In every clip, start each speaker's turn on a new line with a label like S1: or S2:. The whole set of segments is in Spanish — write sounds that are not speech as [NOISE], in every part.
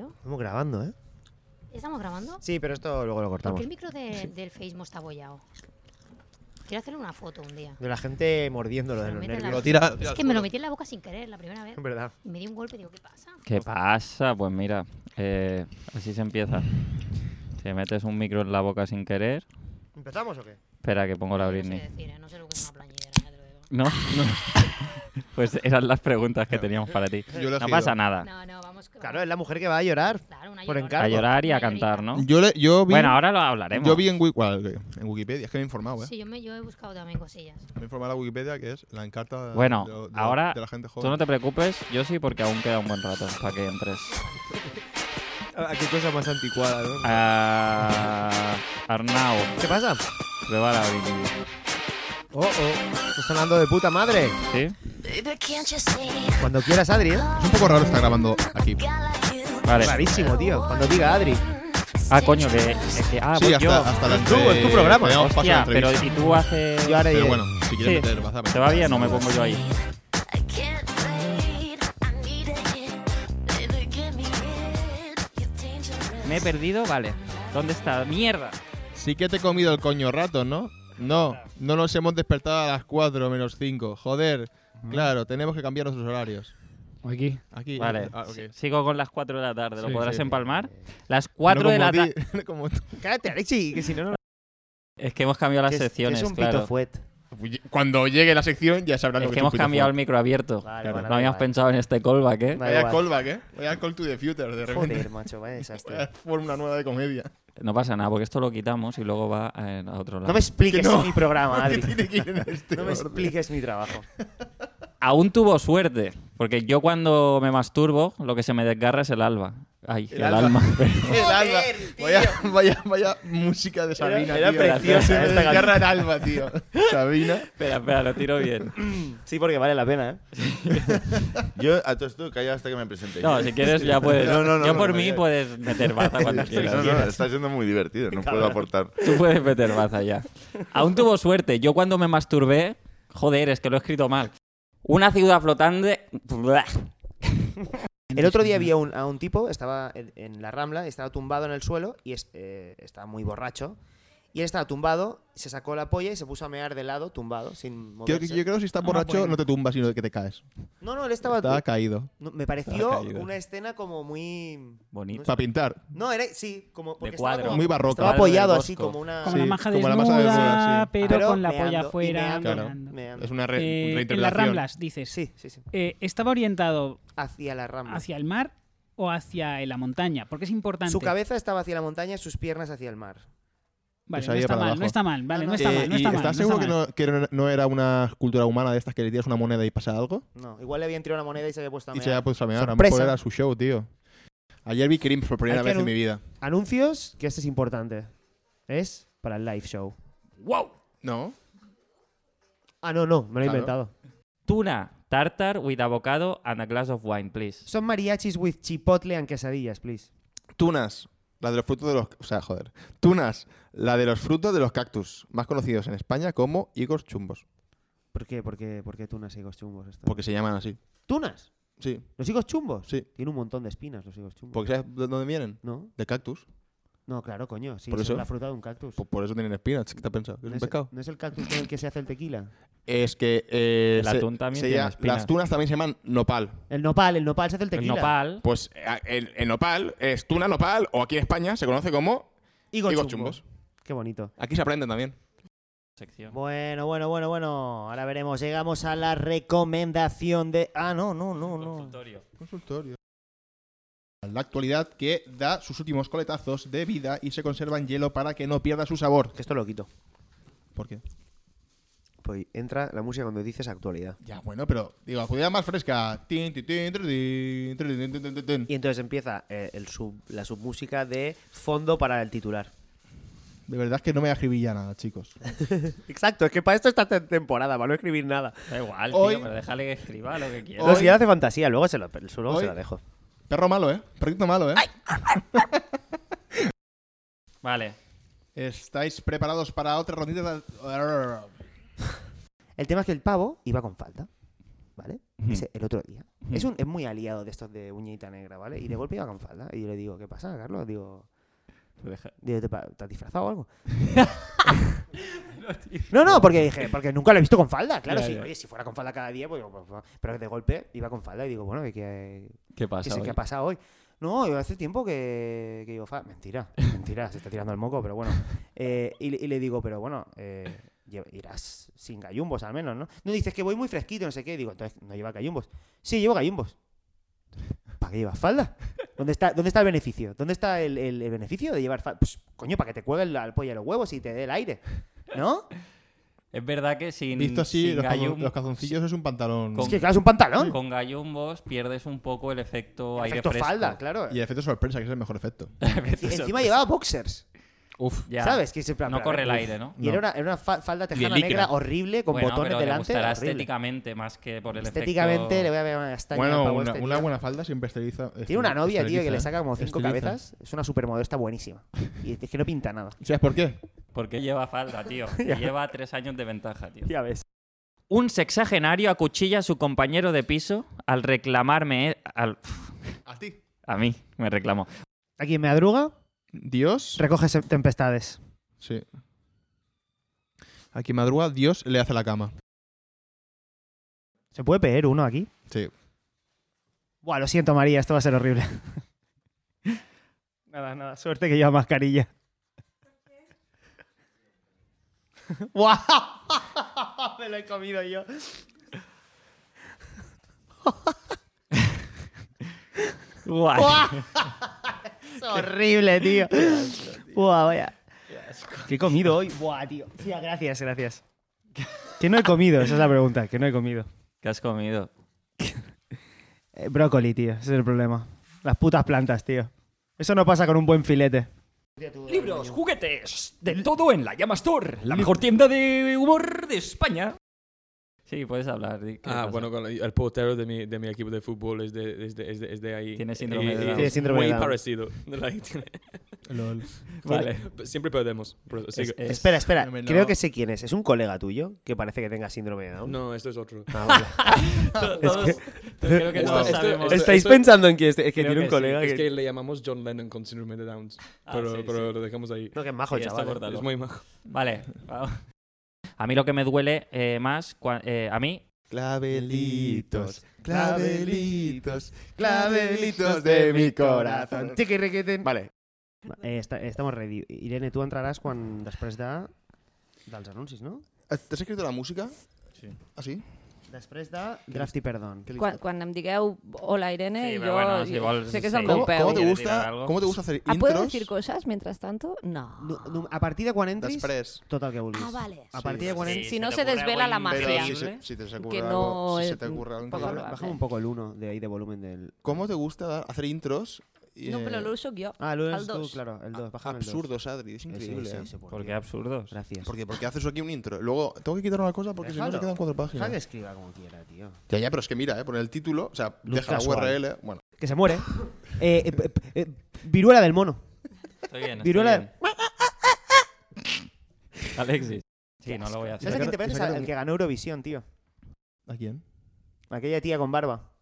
S1: Estamos grabando, ¿eh?
S2: ¿Estamos grabando?
S1: Sí, pero esto luego lo
S2: ¿Por
S1: cortamos.
S2: qué el micro de- del Facebook está abollado? Quiero hacerle una foto un día.
S1: De la gente mordiéndolo de
S2: Se
S1: los
S2: lo mete en
S1: nervios.
S2: la
S3: Lo tira.
S2: Es que me lo metí en la boca sin querer la primera vez.
S1: Es [LAUGHS] verdad.
S2: Y me di un golpe y digo, ¿qué pasa?
S4: ¿Qué pasa? Pues mira, eh, así se empieza. Te metes un micro en la boca sin querer.
S1: ¿Empezamos o qué?
S4: Espera que pongo la
S2: Yo no sé
S4: Britney.
S2: decir, ¿eh? No sé lo que es una plañidera, ya te lo digo. [LAUGHS]
S4: No, no. [LAUGHS] Pues eran las preguntas que teníamos para ti.
S3: Yo lo he
S4: No
S3: elegido.
S4: pasa nada.
S2: No, no, vamos. que-
S1: Ah. Claro, es la mujer que va a llorar.
S2: Claro, una
S1: por
S2: llorona.
S1: encargo.
S4: A llorar y a
S2: Una llorita.
S4: cantar, ¿no?
S3: Yo, le- yo vi,
S4: Bueno, ahora lo hablaremos.
S3: yo vi en, Wiki- bueno, en Wikipedia, es que me
S1: Ah,
S3: he informado, ¿eh?
S2: Sí, yo, me, yo he buscado también cosillas.
S3: Me he informado en la Wikipedia que es la encarta
S4: Bueno,
S3: de, de-
S4: ahora
S3: de la gente
S4: Tú
S3: joven.
S4: no te preocupes, yo sí, porque aún queda un buen rato para que entres.
S1: Ah, qué cosa más anticuada, ¿no?
S4: Ah, Arnau,
S1: ¿Qué pasa?
S4: prueba la Britney.
S1: Oh, oh. Está sonando de puta madre.
S4: ¿Sí?
S1: Cuando quieras, Adri, ¿eh?
S3: Es un poco raro estar grabando aquí.
S4: Vale.
S1: Rarísimo, tío. Cuando diga Adri.
S4: Ah, coño, que. es que- ah,
S3: sí,
S4: voy
S3: hasta,
S4: yo.
S3: hasta la
S1: Es tu- es tu programa.
S3: teníamos paso a la
S4: Hostia, pero
S3: entrevista.
S4: ¿y tú haces.?
S1: Yo ahora
S3: Pero
S1: iré.
S3: bueno, si quieres
S4: Sí.
S3: meter más
S4: ¿Te va bien o me pongo yo ahí? ¿Me he perdido? Vale. ¿Dónde está? ¡Mierda!
S3: Sí que te he comido el coño rato, ¿no? No, no nos hemos despertado a las 4 menos 5. Joder, claro, tenemos que cambiar nuestros horarios.
S5: Aquí.
S3: Aquí.
S4: Vale.
S3: ah, ok.
S4: si- Sigo con las 4 de la tarde. ¿Lo
S5: Sí,
S4: podrás
S5: sí.
S4: empalmar? Las 4
S3: No
S4: de la
S3: como
S4: tarde.
S3: ti, [LAUGHS] no como tú.
S1: Cállate, Alexi, que si no, no.
S4: Es que hemos cambiado las
S1: que es- que
S4: secciones,
S1: Es un
S4: claro.
S1: pitofuet.
S3: Cuando llegue la sección ya sabrán
S4: Es
S3: lo
S4: que
S3: que
S4: hemos cambiado el micro abierto.
S1: Vale,
S4: Claro,
S1: vale,
S4: no habíamos
S1: vale.
S4: pensado en este callback,
S1: Da
S4: ¿eh?
S3: Vaya
S1: igual.
S3: callback, ¿eh? Vaya call to the future, de repente.
S1: Joder, macho, vaya desastre.
S3: Vaya fórmula nueva de comedia. [LAUGHS]
S4: No pasa nada, porque esto lo quitamos y luego va eh, a otro lado.
S1: No me expliques
S3: Que no.
S1: mi programa,
S3: ¿Qué
S1: Adri.
S3: tiene que ir en este
S1: No me [LAUGHS]
S3: orden?
S1: expliques mi trabajo.
S4: Aún tuvo suerte, porque yo cuando me masturbo, lo que se me desgarra es el alba. Ay, el,
S3: El alba.
S4: alma.
S3: El alba. Vaya, vaya, vaya música de Sabina,
S1: era
S3: tío.
S1: preciosa
S3: Se me
S1: esta
S3: desgarra el
S1: [LAUGHS]
S3: alba, tío. Sabina.
S4: espera, espera, lo tiro bien.
S1: Sí, porque vale la pena, ¿eh?
S6: Yo a todo esto callado hasta que me presente.
S4: No, si
S6: [LAUGHS]
S4: quieres ya puedes.
S6: No, no, no,
S4: yo
S6: no,
S4: por
S6: no,
S4: mí
S6: ya.
S4: puedes meter baza cuando
S6: no,
S4: quieras.
S6: no, está siendo muy divertido, no puedo aportar.
S4: Tú puedes meter baza ya. Aún tuvo suerte. Yo cuando me masturbé, joder, es que lo he escrito mal. Una ciudad flotante.
S1: El otro día vi a un, a un tipo, estaba en, en la rambla, estaba tumbado en el suelo y es- eh, estaba muy borracho. Y él estaba tumbado, se sacó la polla y se puso a mear de lado, tumbado, sin
S3: Yo,
S1: moverse.
S3: yo creo que si estás
S5: Ah,
S3: borracho
S5: bueno.
S3: no te tumbas, sino que te caes.
S1: No, no, él pues. estaba.
S3: Está caído.
S1: no, me pareció
S3: estaba caído.
S1: una escena como muy.
S4: Bonito.
S3: Para pintar.
S1: No, era. Sí, como.
S4: De
S1: Porque estaba
S4: cuadro.
S1: como-
S3: Muy barroco.
S1: Estaba
S4: Cuadro del
S1: apoyado así,
S4: Bosco.
S1: como una.
S5: Como la
S3: Sí,
S5: maja
S3: como la
S5: desnuda,
S3: masa desnuda, sí.
S5: pero, con la polla
S1: meando, y
S5: afuera.
S1: meando,
S3: Claro.
S5: meando.
S1: meando.
S3: Es una re
S5: Eh, en las
S3: reinterpretación.
S5: Ramblas, dices.
S1: Sí, sí, sí.
S5: eh, ¿Estaba orientado
S1: Hacia la rambla.
S5: hacia el mar o hacia la montaña? Porque es importante.
S1: Su cabeza estaba hacia la montaña y sus piernas hacia el mar.
S5: Vale,
S3: Pues
S5: no
S3: ahí
S5: está
S3: para
S5: mal,
S3: abajo.
S5: no está mal,
S1: No,
S5: vale, no,
S1: no.
S5: está
S3: Eh,
S5: mal, no
S3: y
S5: está mal.
S3: ¿Estás
S5: no está
S3: seguro que
S5: mal.
S3: no, que no- no era una cultura humana de estas que le tiras una moneda y pasa algo?
S1: No, igual le habían tirado una moneda y se había puesto a
S3: Y
S1: mear.
S3: se había puesto a mear. A lo
S1: Sorpresa.
S3: mejor era su show, tío. Ayer vi Cream por primera
S1: Hay que
S3: vez en
S1: anun-
S3: mi vida.
S1: Anuncios, que esto es importante. Es para el live show.
S4: ¡Wow!
S3: ¿No?
S1: Ah, no, no, me lo he
S3: Claro.
S1: inventado.
S4: Tuna, tartar with avocado and a glass of wine, please.
S1: Son mariachis with chipotle and quesadillas, please.
S3: Tunas. La de los frutos de los... O sea, joder. Tunas. La de los frutos de los cactus. Más conocidos en España como higos chumbos.
S1: ¿Por qué? ¿Por qué, por qué tunas y higos chumbos? Esto?
S3: Porque se llaman así.
S1: ¿Tunas?
S3: Sí.
S1: ¿Los higos chumbos?
S3: Sí.
S1: Tiene un montón de espinas los higos chumbos.
S3: Porque ¿sabes de dónde vienen?
S1: ¿No?
S3: De cactus.
S1: No, claro, coño. Sí,
S3: ¿Por
S1: son
S3: eso?
S1: la fruta de un cactus.
S3: Por, por eso tienen espinas. ¿Qué te has pensado?
S1: ¿No
S3: ¿Que ¿Es un
S1: es,
S3: pescado?
S1: no es el cactus con el que se hace el tequila?
S3: Es que... eh,
S4: El
S3: se-
S4: atún también
S3: se
S4: tiene
S3: llama-
S4: espinas.
S3: Las tunas también se llaman nopal.
S1: El nopal, el nopal se hace el
S4: El
S1: tequila.
S4: nopal.
S3: Pues eh, el, el nopal es tuna nopal o aquí en España se conoce como
S1: Higos,
S3: higos,
S1: chumbos.
S3: chumbos.
S1: Qué bonito.
S3: Aquí se aprenden también.
S4: Sección.
S1: Bueno, bueno, bueno, bueno. Ahora veremos. Llegamos a la recomendación de. Ah, no, no, no, no.
S4: Consultorio.
S3: Consultorio. La actualidad que da sus últimos coletazos de vida y se conserva en hielo para que no pierda su sabor.
S1: Que esto lo quito.
S3: ¿Por qué?
S1: Pues entra la música cuando dices actualidad.
S3: Ya, bueno, pero digo, acudida más fresca. Tin, tin, tin, tin, tin, tin, tin, tin, tin, tin.
S1: Y entonces empieza eh, el sub- la submúsica de fondo para el titular.
S3: De verdad es que no me acribilla nada, chicos.
S1: Exacto, es que para esto está temporada, para no escribir nada.
S4: Da igual,
S3: Hoy-
S4: tío, pero déjale que escriba lo que quiera.
S1: No, si ya hace fantasía, luego se, lo, luego se
S3: Hoy-
S1: la dejo.
S3: Perro malo, ¿eh? Perrito malo, ¿eh?
S4: Vale.
S3: ¿Estáis preparados para otra rondita? de-
S7: Ah,
S1: El tema es que el pavo iba con falta, ¿vale? Ese- el otro día. Es, un, es muy aliado de estos de uñita negra, ¿vale? Y de golpe iba con falda. Y yo le digo, ¿qué pasa, Carlos? Digo, digo, ¿te, pa- te has disfrazado o algo? [LAUGHS] no, no, porque [LAUGHS] dije, porque nunca lo he visto con falda. Claro,
S4: Ya,
S1: sí,
S4: ya.
S1: oye, si fuera con falda cada día, pues, digo, pues, pues, pero de golpe iba con falda y digo, bueno, que, que,
S4: ¿Qué
S1: que
S4: pasa?
S1: sé qué ha
S4: hoy?
S1: pasado hoy. No, yo hace tiempo que, que digo, fa, mentira, mentira, se está tirando el moco, pero
S4: [LAUGHS]
S1: bueno. Eh, y, le- y le digo, pero bueno, eh, lle- irás sin gallumbos al menos, ¿no? No dices que voy muy fresquito, no sé qué. Digo, entonces no lleva gallumbos. Sí, llevo gallumbos. ¿Para qué llevas falda? ¿Dónde está, ¿Dónde está el beneficio? ¿Dónde está el, el- el beneficio de llevar falda? Pues, coño, para que te cuelgue la- el pollo de los huevos y te dé el aire, ¿no?
S4: Es verdad que sin,
S3: Visto así,
S4: sin
S3: los, calzon-
S4: gallum-
S3: los calzoncillos es un pantalón.
S1: Es que, claro, es un pantalón.
S4: con gallumbos pierdes un poco el efecto aire
S1: Efecto
S4: fresco. [LAUGHS]
S1: falda, claro.
S3: Y el efecto sorpresa, que es el mejor efecto.
S4: Efecto
S1: Encima
S4: sorpresa.
S1: llevaba boxers.
S4: Uf, ya.
S1: ¿Sabes? Que es en plan,
S4: No
S1: pero a
S4: corre
S1: ver,
S4: el
S1: uf.
S4: aire, ¿no?
S1: Y era una, era una fa- falda
S3: Ni
S1: tejana
S3: licra.
S1: negra horrible con
S4: Bueno,
S1: botones
S4: pero le
S1: delante.
S4: gustará
S1: horrible.
S4: estéticamente más que por el efecto.
S1: Estéticamente le voy a ver una castaña. al
S3: Bueno,
S1: pavo
S3: una,
S1: este,
S3: una
S1: tío.
S3: buena falda siempre esteriliza.
S1: Tiene una novia, tío, que
S3: esteriliza,
S1: le
S3: ¿eh?
S1: saca como cinco
S3: Esteriliza.
S1: cabezas. Es una supermodesta buenísima. Y es que no pinta nada.
S3: ¿Sabes por qué?
S4: Porque lleva falda,
S1: [LAUGHS]
S4: tío. Que lleva tres años de ventaja, tío.
S1: Ya ves.
S4: Un sexagenario acuchilla a su compañero de piso al reclamarme. e- Al, [LAUGHS]
S3: A ti.
S4: a mí, me reclamó.
S1: Aquí me adruga,
S3: Dios.
S1: recoge se- tempestades.
S3: Sí. Aquí madruga, Dios le hace la cama.
S1: ¿Se puede peer uno aquí?
S3: Sí.
S1: Buah, lo siento, María, esto va a ser horrible. [LAUGHS] nada, nada, suerte que lleva mascarilla. [LAUGHS] ¡Guau! [LAUGHS] Me lo he comido [LAUGHS] yo.
S4: Guay.
S1: [LAUGHS] Es horrible, tío. Buah, vaya. ¿Qué he comido hoy? Buah, tío. Tía, gracias, gracias. ¿Qué no he comido? Esa es la pregunta. ¿Qué no he comido?
S4: ¿Qué has comido?
S1: Eh, brócoli, tío. Ese es el problema. Las putas plantas, tío. Eso no pasa con un buen filete.
S8: Libros, juguetes, de todo en la Llama Store, la mejor tienda de humor de España.
S4: Sí, puedes hablar. di, ¿qué
S7: Ah,
S4: pasa?
S7: bueno, con- el portero de mi, de mi equipo de fútbol es de, es de, es de- es de ahí.
S4: Tiene síndrome de
S7: Y- y
S4: Down.
S1: Tiene síndrome
S7: muy
S1: de Down.
S7: parecido. [LAUGHS]
S3: [LAUGHS]
S7: Like, tiene-
S3: LOL.
S4: Vale.
S7: Siempre perdemos. pero sigue.
S4: Es- es-
S1: Espera, espera.
S3: Fenomenal.
S1: Creo que sé quién es. Es un colega tuyo que parece que tenga síndrome de Down.
S7: No, esto es otro.
S1: Ah, vale.
S4: Ah, todos- creo que
S7: Esto-
S4: todos
S7: esto-
S4: sabemos.
S7: esto-
S8: ¿Estáis
S7: esto-
S8: pensando en que, este- es que
S4: Creo
S8: tiene un
S4: que sí,
S8: colega
S7: Es
S8: que...
S7: que le llamamos John Lennon con síndrome de Downs.
S4: Ah,
S7: Pero,
S4: sí,
S7: pero
S4: sí.
S7: lo dejamos ahí.
S1: No, que es majo,
S4: Sí, está
S1: chaval.
S4: cortado.
S7: Es muy majo.
S4: Vale. vamos. A mí lo que me duele eh, más, cua- eh, a mí,
S3: Clavelitos, clavelitos, clavelitos de mi corazón.
S1: Tiquirriquitín.
S8: Vale.
S1: Eh, esta- estamos ready. Irene, tú entraràs quan després de... dels anuncis, no?
S3: ¿Te has escrito la música?
S4: Sí.
S3: ¿Ah, sí?
S1: Després de Draft i Perdón.
S9: Quan, quan em digueu hola Irene,
S4: Sí,
S9: i
S4: però
S9: jo
S4: bueno, si vols
S9: sé que és
S4: seguir.
S9: el
S3: ¿Cómo,
S4: Com-
S9: meu peu.
S3: cómo te
S4: ¿Quieres
S3: gusta,
S4: tirar algo?
S3: ¿Cómo te gusta hacer
S9: Ah, ¿puedo
S3: intros?
S9: decir cosas mientras tanto? No.
S1: No, no, a partir de quan entris,
S3: Després.
S1: tot el que vulguis.
S9: Ah, vale.
S1: A partir de quan
S4: Sí,
S1: entris...
S9: Si no
S4: te
S9: se
S4: ocurre
S9: desvela
S4: algo
S9: la magia.
S4: increíble,
S9: Pero
S3: si te se
S9: Ah, Que no es
S3: algo
S9: poco
S3: increíble.
S1: Baja,
S9: probable.
S1: baja un poco el 1 de ahí de volumen del...
S3: ¿Cómo te gusta dar- hacer intros? eh,
S9: No, pero lo uso yo.
S1: Ah, el 1
S9: Al
S1: es tú,
S9: dos.
S1: claro. El 2, baja el 2.
S3: absurdos, Adri? Es increíble. ¿eh?
S4: ¿por qué absurdos?
S1: Gracias.
S3: Porque, porque haces aquí un intro. Luego, tengo que quitar una cosa porque si no se
S1: Déjalo.
S3: quedan cuatro
S1: Deja que
S3: páginas.
S1: escriba como quiera, tío.
S3: Ya, ya, pero es que mira, ¿eh? Pon el título, o sea,
S1: Luz
S3: deja la
S1: casual.
S3: URL. Bueno,
S1: Que se muere. [LAUGHS] Eh, eh, p- p- eh, viruela del mono.
S4: Estoy bien, estoy
S1: Viruela-
S4: bien. Alexis. Sí, no lo voy a
S1: ¿Sabes a
S4: hacer.
S1: quién te parece?
S3: sacaron-
S1: El que ganó Eurovisión, tío.
S3: ¿a
S7: [LAUGHS]
S3: quién?
S1: Aquella tía con barba.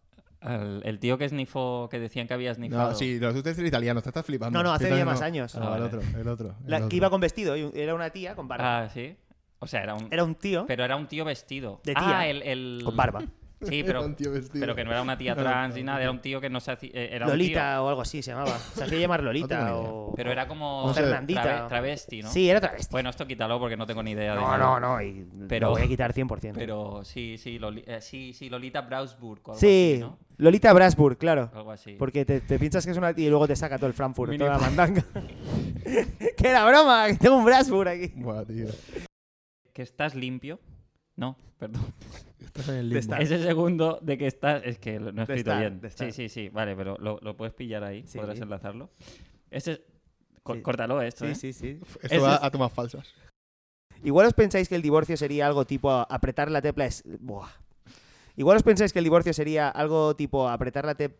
S4: El, el tío que snifó, que decían que había snifado.
S3: No, sí, los ustedes son italianos, te estás flipando.
S1: No, no, hace
S3: Yo también
S1: ya más
S3: no.
S1: años.
S4: Ah,
S3: No, el
S4: vale.
S3: otro, el otro. el
S1: La,
S3: otro.
S1: que iba con vestido. y era una tía con barba.
S4: Ah, sí. O sea, era un.
S1: Era un tío
S4: Ah. Pero era un tío vestido.
S1: De
S4: Ah,
S1: tía.
S4: el, el-
S1: con barba.
S4: Sí,
S3: Era
S4: pero,
S3: un tío vestido.
S4: pero que no era una tía trans ni nada, era un tío que no se hacía. eh, [LAUGHS] Era
S1: Lolita o algo así se llamaba. Se hacía llamar
S4: [LAUGHS]
S1: Lolita
S3: No tengo ni idea.
S1: o...
S4: un tío. Pero era como.
S1: O Fernandita.
S4: trave- travesti, ¿no?
S1: Sí, era travesti.
S4: Bueno, esto quítalo porque no tengo ni idea de.
S1: no,
S4: nada.
S1: no, no. y
S4: Pero-
S1: Lo voy a quitar 100%.
S4: [LAUGHS] Pero sí, sí, Loli- eh, sí, sí, Lolita Brausburg. o algo
S1: sí,
S4: así, ¿no?
S1: Lolita Brasburg, claro.
S4: Algo así.
S1: Porque te, te piensas que es una tía y luego te saca todo el Frankfurt, toda la mandanga. [LAUGHS] que era broma, que tengo un Brasburg aquí.
S3: Buah, tío.
S4: ¿Que estás limpio? No, perdón.
S3: Estás en el limbo.
S4: [LAUGHS] Ese segundo de que estás. Es que lo- no he
S1: De
S4: escrito
S1: estar,
S4: bien.
S1: de estar.
S4: Sí, sí, sí. Vale, pero lo, lo puedes pillar ahí.
S1: Sí.
S4: Podrás enlazarlo. Ese. co-
S1: Sí.
S4: Córtalo esto. ¿eh?
S1: sí, sí.
S3: Esto
S4: Ese
S3: va
S4: es-
S3: a tomas falsas.
S1: Igual os pensáis que el divorcio sería algo tipo apretar la tecla es. Buah. Igual os pensáis que el divorcio sería algo tipo apretar la tecla.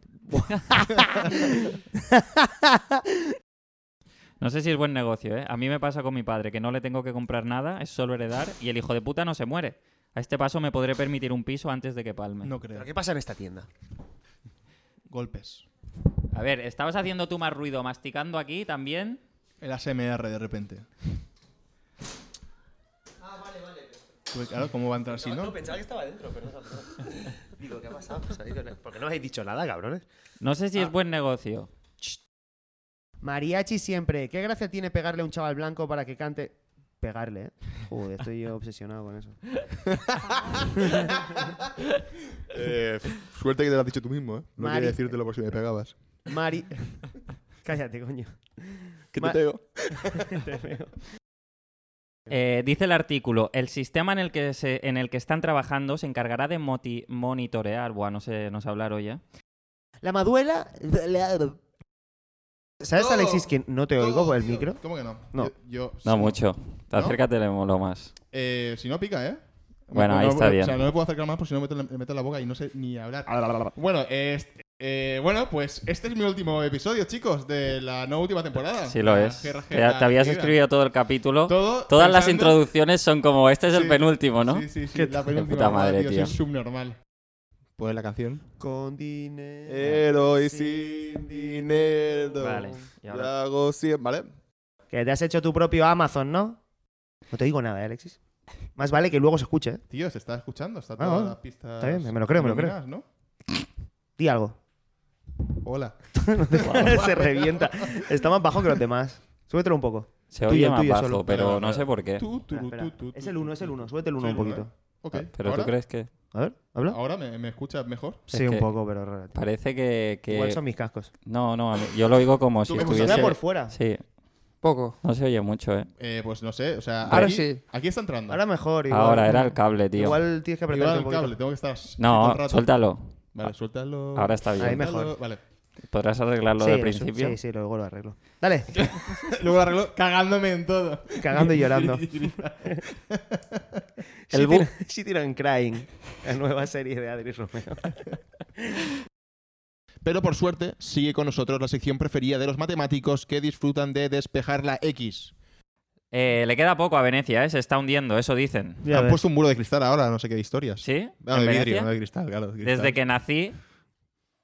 S4: No sé si es buen negocio, ¿eh? A mí me pasa con mi padre, que no le tengo que comprar nada, es solo heredar, y el hijo de puta no se muere. A este paso me podré permitir un piso antes de que palme.
S3: No
S1: [LAUGHS]
S3: creo.
S1: ¿Pero qué pasa en esta tienda?
S3: Golpes.
S4: A ver, estabas haciendo tú más ruido masticando aquí también.
S3: El ASMR de repente. Ah, vale, vale. Pues, Claro, ¿cómo va a entrar así, no?
S1: pensaba que estaba dentro, pero no [LAUGHS] Digo, ¿qué ha pasado? Porque no habéis dicho nada, cabrones.
S4: No sé si es buen negocio.
S1: Mariachi siempre. ¿Qué gracia tiene pegarle a un chaval blanco para que cante? Pegarle, ¿eh? Joder, estoy yo obsesionado con eso.
S3: Eh,
S4: [LAUGHS]
S3: suerte que te lo has dicho tú mismo, ¿eh?
S1: No quería Mari. decírtelo
S3: por si me pegabas.
S4: [LAUGHS]
S1: Mari... Cállate, coño.
S3: ¿Qué
S1: Ma-
S3: te pego?
S1: [LAUGHS] Te veo.
S4: Eh, dice el artículo, el sistema en el que, se- en el que están trabajando se encargará de moti- monitorear, buah, no sé, no sé hablar hoy, ¿eh?
S1: La maduela... ¿Sabes,
S3: Todo,
S1: Alexis, que no te oigo por el micro?
S3: ¿Cómo que no?
S1: No.
S3: Yo, yo-
S4: No
S3: sí.
S4: mucho,
S3: ¿No?
S4: acércatele lo más.
S3: Eh, si no pica, ¿eh?
S4: Bueno,
S3: No,
S4: ahí
S3: no,
S4: está bien.
S3: O sea, no me puedo acercar más porque si no me meto, en la- me meto en la boca y no sé ni hablar. Bueno, este- eh, bueno, pues este es mi último episodio, chicos, de la no última temporada.
S4: Sí lo
S3: La
S4: es.
S3: GRG,
S4: Que ya te
S3: la
S4: habías
S3: querida.
S4: escrito todo el capítulo.
S3: Todo
S4: Todas las
S3: pensando-
S4: introducciones son como, este es el
S3: Sí.
S4: penúltimo, ¿no?
S3: Sí, sí, sí.
S4: Qué
S3: La
S4: de
S3: penúltima,
S4: puta madre, tío.
S3: Soy subnormal. Pues la canción.
S1: Con dinero...
S4: Eh,
S3: y sin dinero.
S4: Vale, y ahora-
S3: hago siempre. ¿Vale?
S1: Que te has hecho tu propio Amazon, ¿no? No te digo nada, ¿eh, Alexis. Más vale que luego se escuche, ¿eh?
S3: Tío, se está escuchando. Está
S1: Ah,
S3: toda
S1: bueno.
S3: la pista.
S1: Está bien, me lo creo, me lo creo.
S3: ¿no?
S1: Di algo. [LAUGHS]
S3: Hola.
S1: se revienta. Está más bajo que los demás. Súbetelo un poco.
S4: Se
S1: Tuyo,
S4: oye más
S1: tuyo
S4: bajo,
S1: solo.
S4: pero
S3: Vale,
S4: no sé por qué.
S3: Tú, tú,
S1: Espera, espera.
S3: tú, tú,
S1: es
S3: tú,
S1: el
S3: tú,
S1: uno, es el
S3: tú,
S1: uno.
S3: tú.
S1: Súbete el uno
S3: Soy
S1: un poquito.
S3: Ok.
S4: Ah, ¿Pero
S3: ¿eh? ¿Ahora?
S4: tú crees que...?
S1: A ver, habla.
S3: ¿Ahora me, me escuchas mejor?
S1: Sí,
S4: Es
S1: un
S4: que-
S1: poco, pero relativo.
S4: Parece que... que-
S1: Igual son mis cascos.
S4: No, no, a mí- yo lo oigo como
S3: Tú
S4: si
S3: me
S1: Pues suena
S3: escuchas
S4: estuviese...
S1: por fuera.
S4: Sí,
S10: Poco.
S4: no se oye mucho, ¿eh?
S3: Eh, pues no sé, o sea.
S10: Ahora
S3: aquí,
S10: sí.
S3: Aquí está entrando.
S1: Ahora mejor. Igual,
S4: Ahora, era el cable, tío.
S1: Igual tienes que
S3: Igual
S1: apretarte
S3: el
S1: un poquito.
S3: cable, tengo que estar. así todo el
S4: No,
S3: rato.
S4: suéltalo.
S3: Vale, suéltalo.
S4: Ahora está
S1: Ahí
S4: bien.
S1: me- mejor. [LAUGHS]
S3: Vale.
S4: ¿Podrás arreglarlo
S1: Sí,
S4: de
S1: lo su-
S4: principio?
S1: Sí, sí, luego lo arreglo. Dale, [LAUGHS]
S3: Luego lo arreglo cagándome en todo.
S1: cagando y llorando. [LAUGHS]
S4: El bu-
S1: Shitty and Crying, la nueva serie de Adri Romeo.
S3: Pero por suerte, sigue con nosotros la sección preferida de los matemáticos que disfrutan de despejar la X.
S4: Eh, le queda poco a Venecia, ¿eh? Se está hundiendo, eso dicen.
S10: Ah,
S1: [LAUGHS] Ya
S3: Han
S10: pues-
S1: ves.
S3: puesto un muro de cristal ahora, no sé qué historias.
S4: ¿Sí?
S3: Ah, de
S4: ¿En Venecia?
S3: vidrio, no de cristal, claro. de cristal.
S4: Desde que nací,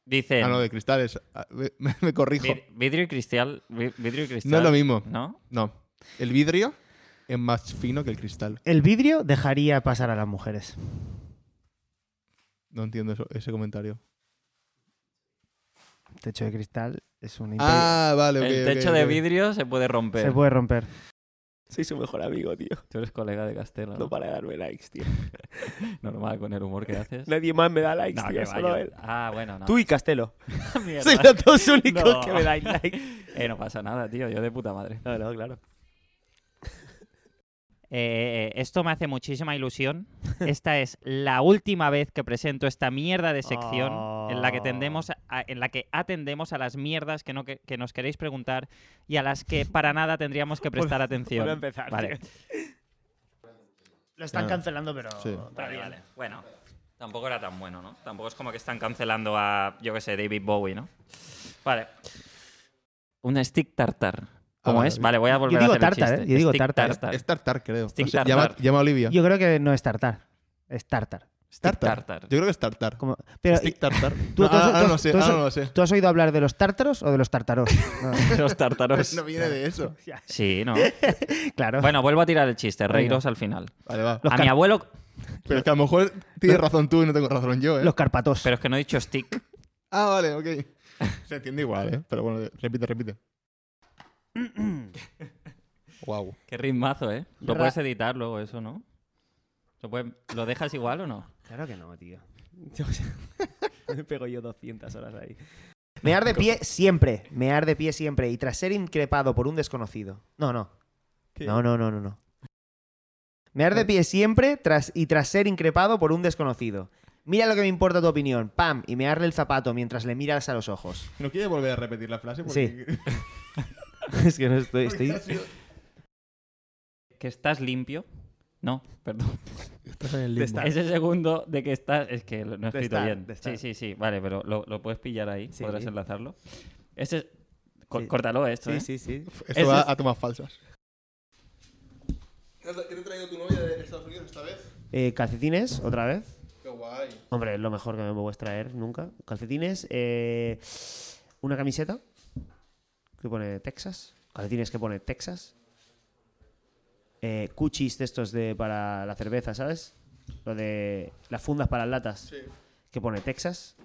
S4: dicen...
S3: Ah, no, de cristal es. ah, Me, me corrijo.
S4: vid- vidrio y cristal... vi- Vidrio y cristal...
S3: No es lo mismo.
S4: ¿No?
S3: No. El vidrio es más fino que el cristal.
S1: El vidrio dejaría pasar a las mujeres.
S3: No entiendo eso- ese comentario.
S1: Techo de cristal es un imperio.
S3: Ah, vale, ok.
S4: El
S3: ok,
S4: techo
S3: ok.
S4: de vidrio se puede romper.
S1: Se puede romper.
S10: Soy su mejor amigo, tío.
S4: Tú eres colega de Castelo,
S1: Ah.
S4: ¿no?
S10: No para de darme likes, tío.
S4: Normal, con el humor que haces.
S10: Nadie más me da likes,
S4: No, que
S10: tío. Solo
S4: vaya.
S10: él.
S4: Ah, bueno, no.
S10: Tú y Castelo.
S4: [LAUGHS] Mierda.
S10: Sois los dos únicos
S4: No.
S10: que me dais likes.
S4: [LAUGHS] Eh, no pasa nada, tío. Yo de puta madre.
S10: No, no, claro.
S4: Eh, eh, esto me hace muchísima ilusión. [LAUGHS] Esta es la última vez que presento esta mierda de sección en la que tendemos
S1: Ah.
S4: a- en la que atendemos a las mierdas que, no que, que nos queréis preguntar y a las que para nada tendríamos que prestar atención.
S10: Vuelve a empezar.
S4: Vale.
S10: tío.
S1: Lo están
S3: Ah.
S1: cancelando, pero.
S3: Sí.
S4: Vale, vale. Bueno, tampoco era tan bueno, ¿no? Tampoco es como que están cancelando a, yo qué sé, David Bowie, ¿no? Vale. Un stick tartar. ¿Cómo
S3: vale,
S4: es?
S3: bien.
S4: Vale, voy a volver
S1: Ah, digo
S4: a hacer el
S1: tartar,
S4: chiste.
S1: ¿eh? Yo digo
S4: Stick
S1: tartar.
S3: Es tartar, creo.
S4: Stick
S3: No sé,
S4: tartar.
S3: Llama, llama a Olivia.
S1: Yo creo que no es tartar. Es tartar.
S4: Stick
S3: tartar.
S4: tartar.
S3: Yo
S1: [LAUGHS]
S3: creo que es tartar.
S1: Como- pero,
S3: Stick tartar.
S1: tú-
S3: No,
S1: tú has-
S7: Ah,
S3: ahora-
S1: tú has-
S3: ahora no lo sé,
S1: tú has-
S3: ahora no lo sé.
S1: ¿Tú has oído hablar de los tártaros o de los tártaros? No,
S4: Los tártaros.
S3: No viene de eso.
S4: Sí,
S1: [LAUGHS]
S4: ¿no?
S1: claro.
S4: Bueno, vuelvo a tirar el chiste, reíros al final.
S3: Vale, va.
S1: Los
S4: a mi
S1: car-
S4: abuelo.
S3: Pero es que a lo mejor tienes razón tú y no tengo razón yo, ¿eh?
S1: Los carpatos.
S4: Pero es que no he
S1: [LAUGHS]
S4: dicho stick.
S3: Ah, vale, ok. Se entiende [LAUGHS] igual, ¿eh? Pero bueno, repite, repite. wow.
S4: Qué ritmazo, ¿eh? Lo
S1: Ra-
S4: puedes editar luego, eso, ¿no? ¿Lo, puedes- ¿Lo dejas igual o no?
S1: Claro que no, tío.
S10: Me [LAUGHS] pego yo 200 horas ahí.
S1: Mear de pie siempre. Mear de pie siempre. Y tras ser increpado por un desconocido. No, no. No, no, no, no, no. Mear de pie siempre tras, y tras ser increpado por un desconocido. Mira lo que me importa tu opinión. Pam. Y mearle el zapato mientras le miras a los ojos.
S3: ¿No quieres volver a repetir la frase?
S1: Sí.
S3: Porque...
S1: [LAUGHS]
S3: [LAUGHS]
S1: es que no estoy. estoy...
S4: ¿Que estás limpio? No, perdón.
S3: Estás en el
S10: limbo. Está.
S4: Ese segundo de que estás. Es que lo- no he
S1: De
S4: escrito
S1: estar,
S4: bien.
S1: de estar.
S4: Sí, sí, sí. Vale, pero lo, lo puedes pillar ahí.
S1: Sí.
S4: Podrás enlazarlo. Ese. co-
S1: Sí.
S4: Córtalo esto,
S1: Sí,
S4: ¿eh?
S1: sí, sí.
S3: Esto
S4: Ese
S3: va
S4: es-
S3: a tomas falsas. ¿Qué te ha traído tu novia de Estados Unidos esta vez?
S1: Eh, calcetines, otra vez.
S3: Qué guay.
S1: Hombre, es lo mejor que me puedes traer nunca. Calcetines, eh, una camiseta que pone Texas. Calcetines que pone Texas. Eh, cuchis de estos de, para la cerveza, ¿sabes? Lo de las fundas para las latas. Que pone Texas.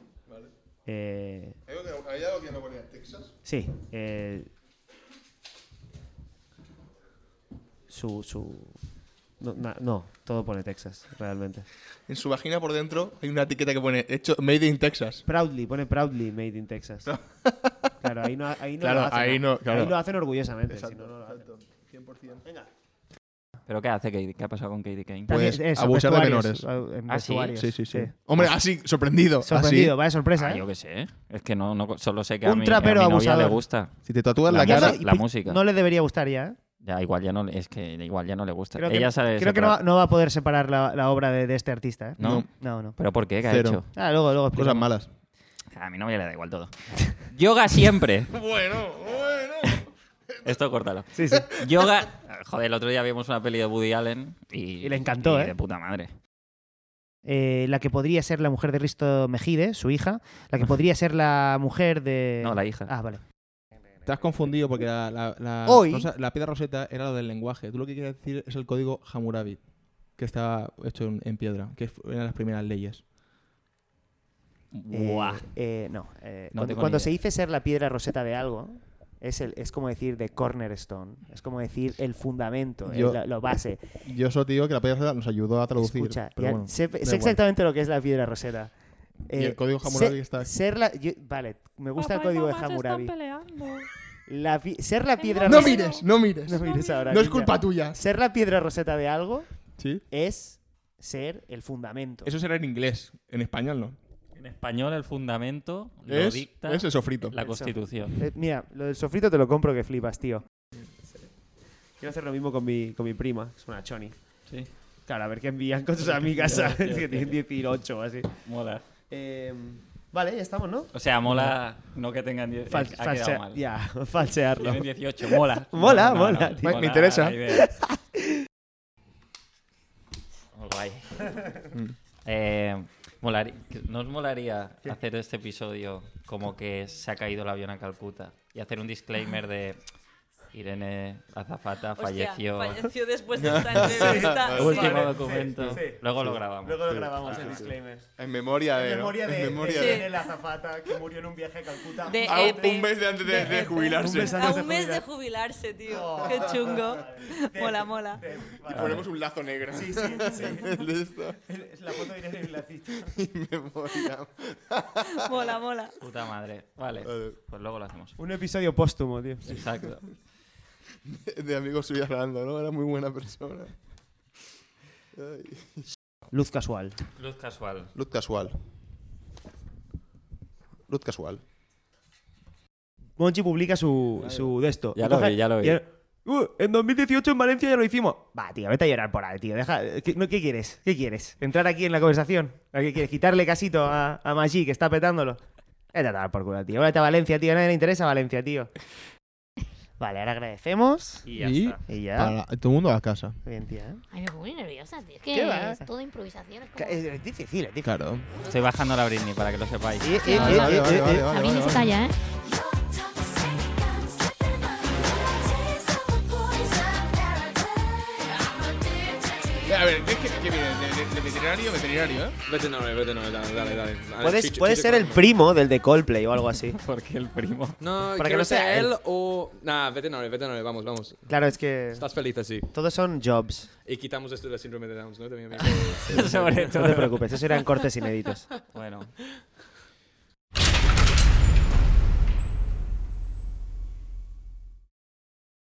S1: Eh,
S3: ¿Hay algo que no ponía en Texas?
S1: sí. eh, su... su no, na- no, todo pone Texas, realmente.
S3: En su vagina por dentro hay una etiqueta que pone hecho Made in Texas.
S1: Proudly, pone proudly made in Texas. Claro, ahí no, ahí no
S3: Claro,
S1: lo hacen.
S3: ahí no, claro.
S1: Ahí lo hacen orgullosamente. si no, no lo hacen.
S3: 100%.
S4: ¿Pero qué hace Katie? ¿Qué ha pasado con Katie Kane?
S3: Pues,
S1: También eso,
S3: abusar de
S1: vestuarios, eh, en
S4: ¿Ah, sí?
S1: vestuarios,
S3: Sí, sí, sí. Hombre, así, sorprendido. así.
S1: Sorprendido, vaya sorpresa.
S4: Ah,
S1: ¿eh?
S4: yo qué sé. Es que no, no solo sé que a
S1: Un
S4: mi,
S1: trapero
S4: a mi novia
S1: abusador.
S4: le gusta.
S3: Si te tatúas
S4: La
S3: la,
S4: mierda
S3: cara,
S4: la música.
S1: No le debería gustar ya. ¿eh?
S4: Ya, igual ya no, es que igual ya no le gusta.
S1: Creo que,
S4: Ella sabe
S1: creo que no, va, no va a poder separar la, la obra de, de este artista. ¿eh?
S4: No.
S1: No, no.
S4: ¿Pero por qué? ¿Qué ha
S3: Cero.
S4: hecho?
S1: Ah, luego, luego explico.
S3: cosas malas.
S4: A mi novia le da igual todo. Yoga siempre.
S3: [LAUGHS] Bueno, bueno.
S4: Esto córtalo.
S1: Sí, sí.
S4: Yoga. Joder, el otro día vimos una peli de Woody Allen y.
S1: Y le encantó,
S4: y
S1: ¿eh?
S4: De puta madre.
S1: Eh, la que podría ser la mujer de Risto Mejide, su hija. La
S4: [LAUGHS]
S1: que podría ser la mujer de.
S4: No, la hija.
S1: Ah, vale.
S3: Te has confundido porque la, la, la,
S1: Hoy-
S3: rosa- la piedra roseta era lo del lenguaje. Tú lo que quieres decir es el código Hammurabi, que está hecho en, en piedra, que fu- eran las primeras leyes.
S1: Eh,
S4: Buah.
S1: eh, no. eh,
S4: No
S1: cuando
S4: tengo ni
S1: cuando
S4: idea.
S1: se dice ser la piedra roseta de algo, es, el, es como decir de cornerstone. Es como decir el fundamento, eh,
S3: Yo-
S1: la, la base.
S3: Yo solo te digo que la piedra roseta nos ayudó a traducir.
S1: Escucha,
S3: pero
S1: ya
S3: bueno,
S1: sé,
S3: da
S1: sé
S3: igual.
S1: exactamente lo que es la piedra roseta. Eh,
S3: Y el código
S1: se-
S3: Hammurabi está aquí.
S1: Ser la, yo- vale, me gusta el código de Hammurabi. La pi- ser la piedra
S3: No
S1: roseta.
S3: mires, no mires.
S1: No mires ahora.
S3: No es
S1: niña.
S3: culpa tuya.
S1: Ser la piedra roseta de algo
S3: ¿Sí?
S1: es ser el fundamento.
S3: Eso será en inglés, en español no.
S4: En español, el fundamento lo
S3: Es,
S4: dicta
S3: es el sofrito.
S4: la Constitución.
S1: Eh, mira, lo del sofrito te lo compro que flipas, tío. Quiero hacer lo mismo con mi, con mi prima, es una choni.
S4: Sí.
S1: Claro, a ver qué envían con sus amigas, ¿sabes? [LAUGHS] Que tienen 18 o así.
S4: Mola.
S1: Eh, vale, ya estamos, ¿no?
S4: O sea, mola no que tengan 10.
S1: Fal-
S4: ha quedado
S1: falsea-
S4: mal.
S1: ya, [LAUGHS] falsearlo.
S4: Tienen 18, mola.
S1: [LAUGHS] Mola, mola, tío.
S4: Me
S3: Me interesa.
S4: Oh, Guay. [LAUGHS] Eh, molari- ¿No os molaría hacer este episodio como que se ha caído el avión a Calcuta y hacer un disclaimer de Irene la azafata falleció?
S9: falleció
S4: [LAUGHS]
S9: después de esta entrevista.
S4: Último documento. Luego lo grabamos. Ah,
S1: Luego lo grabamos, el disclaimer.
S3: En memoria de.
S1: En memoria de,
S9: de- de-
S1: la azafata que murió en un viaje a Calcuta.
S9: De Ah, un- EP. un mes
S3: de antes
S9: de- de jubilarse.
S1: E [LAUGHS] Un mes
S9: A
S1: antes
S9: un mes de
S1: jubilar.
S9: jubilarse, tío. Qué
S1: [LAUGHS]
S4: [LAUGHS]
S9: chungo. Mola, mola.
S3: ponemos un lazo negro.
S1: Sí, sí, sí.
S3: [LAUGHS] De esto.
S1: Es [LAUGHS] La foto de Irene en la cita.
S3: memoria.
S9: Mola, mola.
S4: Puta madre. Vale. Pues luego lo hacemos.
S1: Un episodio póstumo, tío.
S4: Exacto.
S3: De amigos suyos hablando, ¿no? Era muy buena persona.
S1: Luz casual.
S4: Luz casual.
S3: Luz casual. Luz casual.
S1: Monchi publica su, su de esto.
S4: Ya
S1: Y
S4: lo
S1: coge-
S4: vi, ya lo vi.
S1: y- Uh, en 2018 en Valencia ya lo hicimos. Va, tío, vete a llorar por ahí, tío. Deja, ¿qué, no, ¿qué quieres? ¿Qué quieres? ¿Entrar aquí en la conversación? ¿A qué quieres? ¿Quitarle casito a, a Maggi, que está petándolo? Vete a tomar por culo, tío. Vete a Valencia, tío. A nadie le interesa Valencia, tío. Vale, ahora agradecemos.
S11: Y ya
S3: Y-
S11: está.
S1: Y ya.
S3: Para Ah, todo el mundo a casa.
S1: Bien, tía. ¿eh?
S2: Ay, me pongo muy nerviosa, tío. Es
S1: ¿Qué
S2: que
S1: va?
S2: es todo improvisación. Es como...
S1: Es, es difícil, es difícil.
S3: Claro.
S4: Estoy bajando la Britney para que lo sepáis.
S1: Eh, eh, eh,
S2: Vale,
S1: eh,
S3: vale, vale,
S1: eh,
S3: vale,
S1: eh.
S3: vale.
S2: Sabine se calla, ¿eh?
S3: A ver, ¿qué, qué, qué viene? ¿De, de- de veterinario? Veterinario, ¿eh?
S7: Veterinario, veterinario, dale, dale. dale. Dale,
S1: Puedes,
S7: chicho-
S1: puedes
S7: chicho
S1: ser el
S7: con-
S1: primo del de Coldplay o algo así.
S4: Porque el primo.
S7: No,
S1: para que
S7: quiero
S1: no sea
S7: ser
S1: él.
S7: o. Nah, veterinario, veterinario, vamos, vamos.
S1: Claro, es que
S7: Estás feliz así.
S1: todos son jobs.
S7: Y quitamos esto de la síndrome de Downs, ¿no? De mi amigo.
S4: [LAUGHS] Sobre
S1: No te
S4: todo.
S1: preocupes, eso eran cortes inéditos.
S4: Bueno,